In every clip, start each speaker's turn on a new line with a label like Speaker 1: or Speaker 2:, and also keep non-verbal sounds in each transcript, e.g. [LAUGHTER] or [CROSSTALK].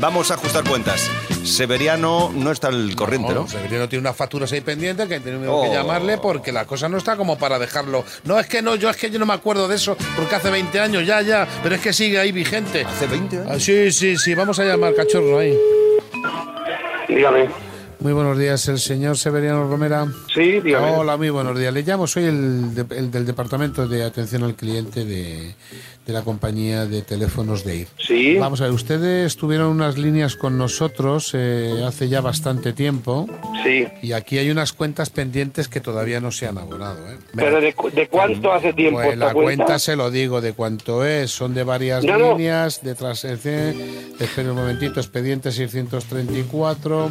Speaker 1: Vamos a ajustar cuentas. Severiano no está al corriente, ¿no?
Speaker 2: Severiano tiene unas facturas ahí pendientes que tenemos que
Speaker 1: Oh.
Speaker 2: llamarle porque la cosa no está como para dejarlo. No, es que no, yo es que yo no me acuerdo de eso porque hace 20 años ya, ya, pero es que sigue ahí vigente.
Speaker 1: Hace 20 años.
Speaker 2: Ah, sí, sí, sí, vamos a llamar cachorro ahí.
Speaker 3: Dígame.
Speaker 2: Muy buenos días, el señor Severiano Romera.
Speaker 3: Sí, dígame.
Speaker 2: Hola, muy buenos días. Le llamo, soy el, de- el del Departamento de Atención al Cliente de, de la compañía de teléfonos de IR.
Speaker 3: Sí.
Speaker 2: Vamos a ver, ustedes tuvieron unas líneas con nosotros eh, hace ya bastante tiempo
Speaker 3: Sí.
Speaker 2: y aquí hay unas cuentas pendientes que todavía no se han abonado. ¿eh?
Speaker 3: Pero de, cu- de cuánto hace tiempo
Speaker 2: Pues
Speaker 3: esta
Speaker 2: la cuenta?
Speaker 3: cuenta?
Speaker 2: se lo digo de cuánto es, son de varias
Speaker 3: No, no.
Speaker 2: líneas, de transacción, espera un momentito, expediente 634,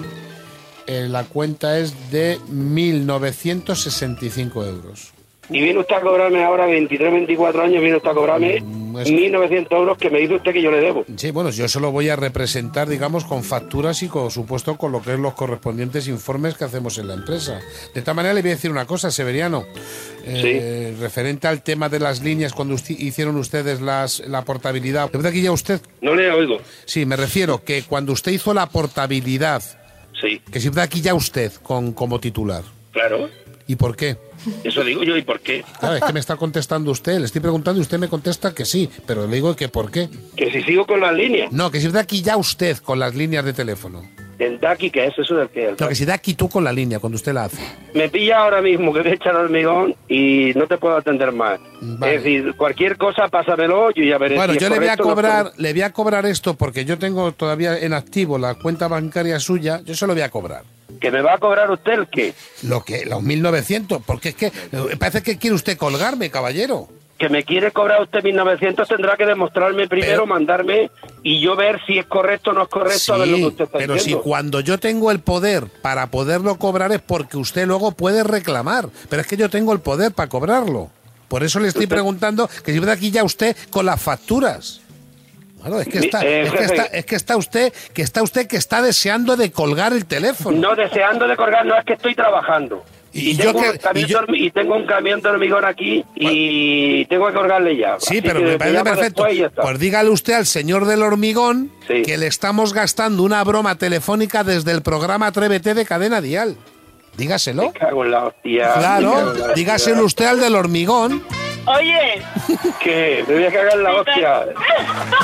Speaker 2: eh, la cuenta es de 1.965 euros.
Speaker 3: Y viene usted a cobrarme ahora 23, 24 años, viene usted a cobrarme
Speaker 2: Mm, es-
Speaker 3: 1.900 euros que me dice usted que yo le debo.
Speaker 2: Sí, bueno, yo se lo voy a representar, digamos, con facturas y, por supuesto, con lo que es los correspondientes informes que hacemos en la empresa. De tal manera, le voy a decir una cosa, Severiano. Eh, Referente al tema de las líneas, cuando usti- hicieron ustedes las, la portabilidad. De verdad que ya usted,
Speaker 3: No le oigo.
Speaker 2: sí, me refiero que cuando usted hizo la portabilidad,
Speaker 3: Sí,
Speaker 2: que siempre aquí ya usted con, como titular.
Speaker 3: claro.
Speaker 2: ¿Y por qué?
Speaker 3: Eso digo yo. ¿Y por qué?
Speaker 2: Claro, es que me está contestando usted, le estoy preguntando y usted me contesta que sí, pero le digo que por qué.
Speaker 3: Que si sigo con las líneas.
Speaker 2: No, que siempre aquí ya usted con las líneas de teléfono.
Speaker 3: El Daki, que es eso del que...
Speaker 2: Lo que se da aquí tú con la línea, cuando usted la hace.
Speaker 3: Me pilla ahora mismo que voy a echar hormigón y no te puedo atender más.
Speaker 2: Vale.
Speaker 3: Es decir, cualquier cosa, pásamelo, yo ya veré
Speaker 2: Bueno,
Speaker 3: si es
Speaker 2: yo le voy a
Speaker 3: correcto o no
Speaker 2: cobrar,
Speaker 3: correcto.
Speaker 2: le voy a cobrar esto porque yo tengo todavía en activo la cuenta bancaria suya, yo se lo voy a cobrar.
Speaker 3: ¿Que me va a cobrar usted el qué?
Speaker 2: Lo que, los 1900, porque es que eh, parece que quiere usted colgarme, caballero.
Speaker 3: que me quiere cobrar usted 1900 tendrá que demostrarme primero,
Speaker 2: Pero-
Speaker 3: mandarme y yo ver si es correcto o no es correcto a ver lo que
Speaker 2: Sí,
Speaker 3: usted está
Speaker 2: pero si
Speaker 3: diciendo.
Speaker 2: cuando yo tengo el poder para poderlo cobrar es porque usted luego puede reclamar, pero es que yo tengo el poder para cobrarlo. Por eso le estoy preguntando que si aquí ya usted con las facturas. Bueno, es que
Speaker 3: Mi-
Speaker 2: está,
Speaker 3: eh,
Speaker 2: es que
Speaker 3: jefe.
Speaker 2: está, es que está usted, que está usted que está deseando de colgar el teléfono.
Speaker 3: No deseando de colgar, no es que estoy trabajando.
Speaker 2: Y yo
Speaker 3: tengo,
Speaker 2: que-
Speaker 3: un camión
Speaker 2: y yo-
Speaker 3: de hormi- y tengo un camión de hormigón aquí y tengo que colgarle ya.
Speaker 2: Sí,
Speaker 3: Así
Speaker 2: pero
Speaker 3: que
Speaker 2: me parece
Speaker 3: llama
Speaker 2: perfecto.
Speaker 3: después y ya está.
Speaker 2: Pues dígale usted al señor del hormigón
Speaker 3: Sí.
Speaker 2: que le estamos gastando una broma telefónica desde el programa Atrévete de Cadena Dial. Dígaselo.
Speaker 3: Me cago en la hostia. me cago en la
Speaker 2: Claro,
Speaker 3: hostia.
Speaker 2: dígaselo usted al del hormigón.
Speaker 4: Oye,
Speaker 3: ¿Qué? Me voy a cagar en la hostia.
Speaker 4: [LAUGHS]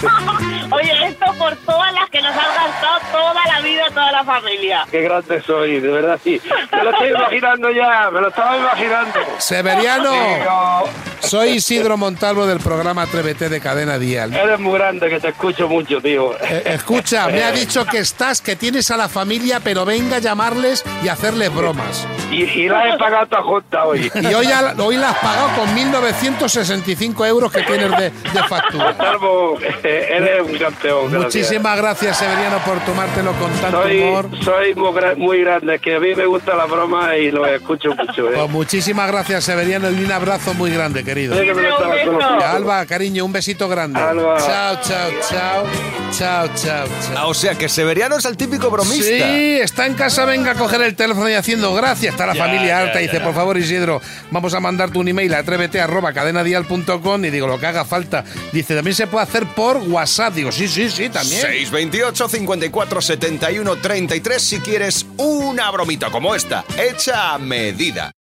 Speaker 4: oye, esto por todas las que nos han gastado toda la vida, toda la familia.
Speaker 3: Qué grande soy, de verdad sí. Me lo estoy imaginando ya, me lo estaba imaginando.
Speaker 2: Severiano,
Speaker 3: Digo,
Speaker 2: soy Isidro Montalvo del programa Atrévete de Cadena Dial.
Speaker 3: Eres muy grande, que te escucho mucho, tío.
Speaker 2: Eh, escucha, me ha dicho que estás, que tienes a la familia, pero venga a llamarles y hacerles bromas.
Speaker 3: Y, y la he pagado toda junta hoy.
Speaker 2: Y hoy, ya- hoy la has pagado con 1.965 euros que tienes de, de factura.
Speaker 3: Salvo, eh, eres un campeón. gracias.
Speaker 2: Muchísimas gracias, Severiano, por tomártelo con tanto
Speaker 3: Soy,
Speaker 2: humor.
Speaker 3: soy muy, gra- muy grande, que a mí me gusta la broma y lo escucho mucho.
Speaker 2: Pues
Speaker 3: ¿eh?
Speaker 2: muchísimas gracias, Severiano, y un abrazo muy grande, querido.
Speaker 3: Sé que me lo estaba
Speaker 4: Hombre,
Speaker 3: conociendo.
Speaker 4: hombre.
Speaker 2: Alba, cariño, un besito grande.
Speaker 3: Alba.
Speaker 2: Chao, chao, chao. Chao, chao,
Speaker 1: Ah,
Speaker 2: chao.
Speaker 1: o sea, que Severiano es el típico bromista.
Speaker 2: Sí, está en casa, venga a coger el teléfono y haciendo gracias. Está la familia harta y dice, por favor, Isidro, vamos a mandarte un email, atrévete arroba cadenadial.com y digo lo que haga falta. Dice, también se puede hacer por WhatsApp. Digo, sí, sí, sí, también.
Speaker 1: 628 54 71 33 si quieres una bromita como esta, hecha a medida.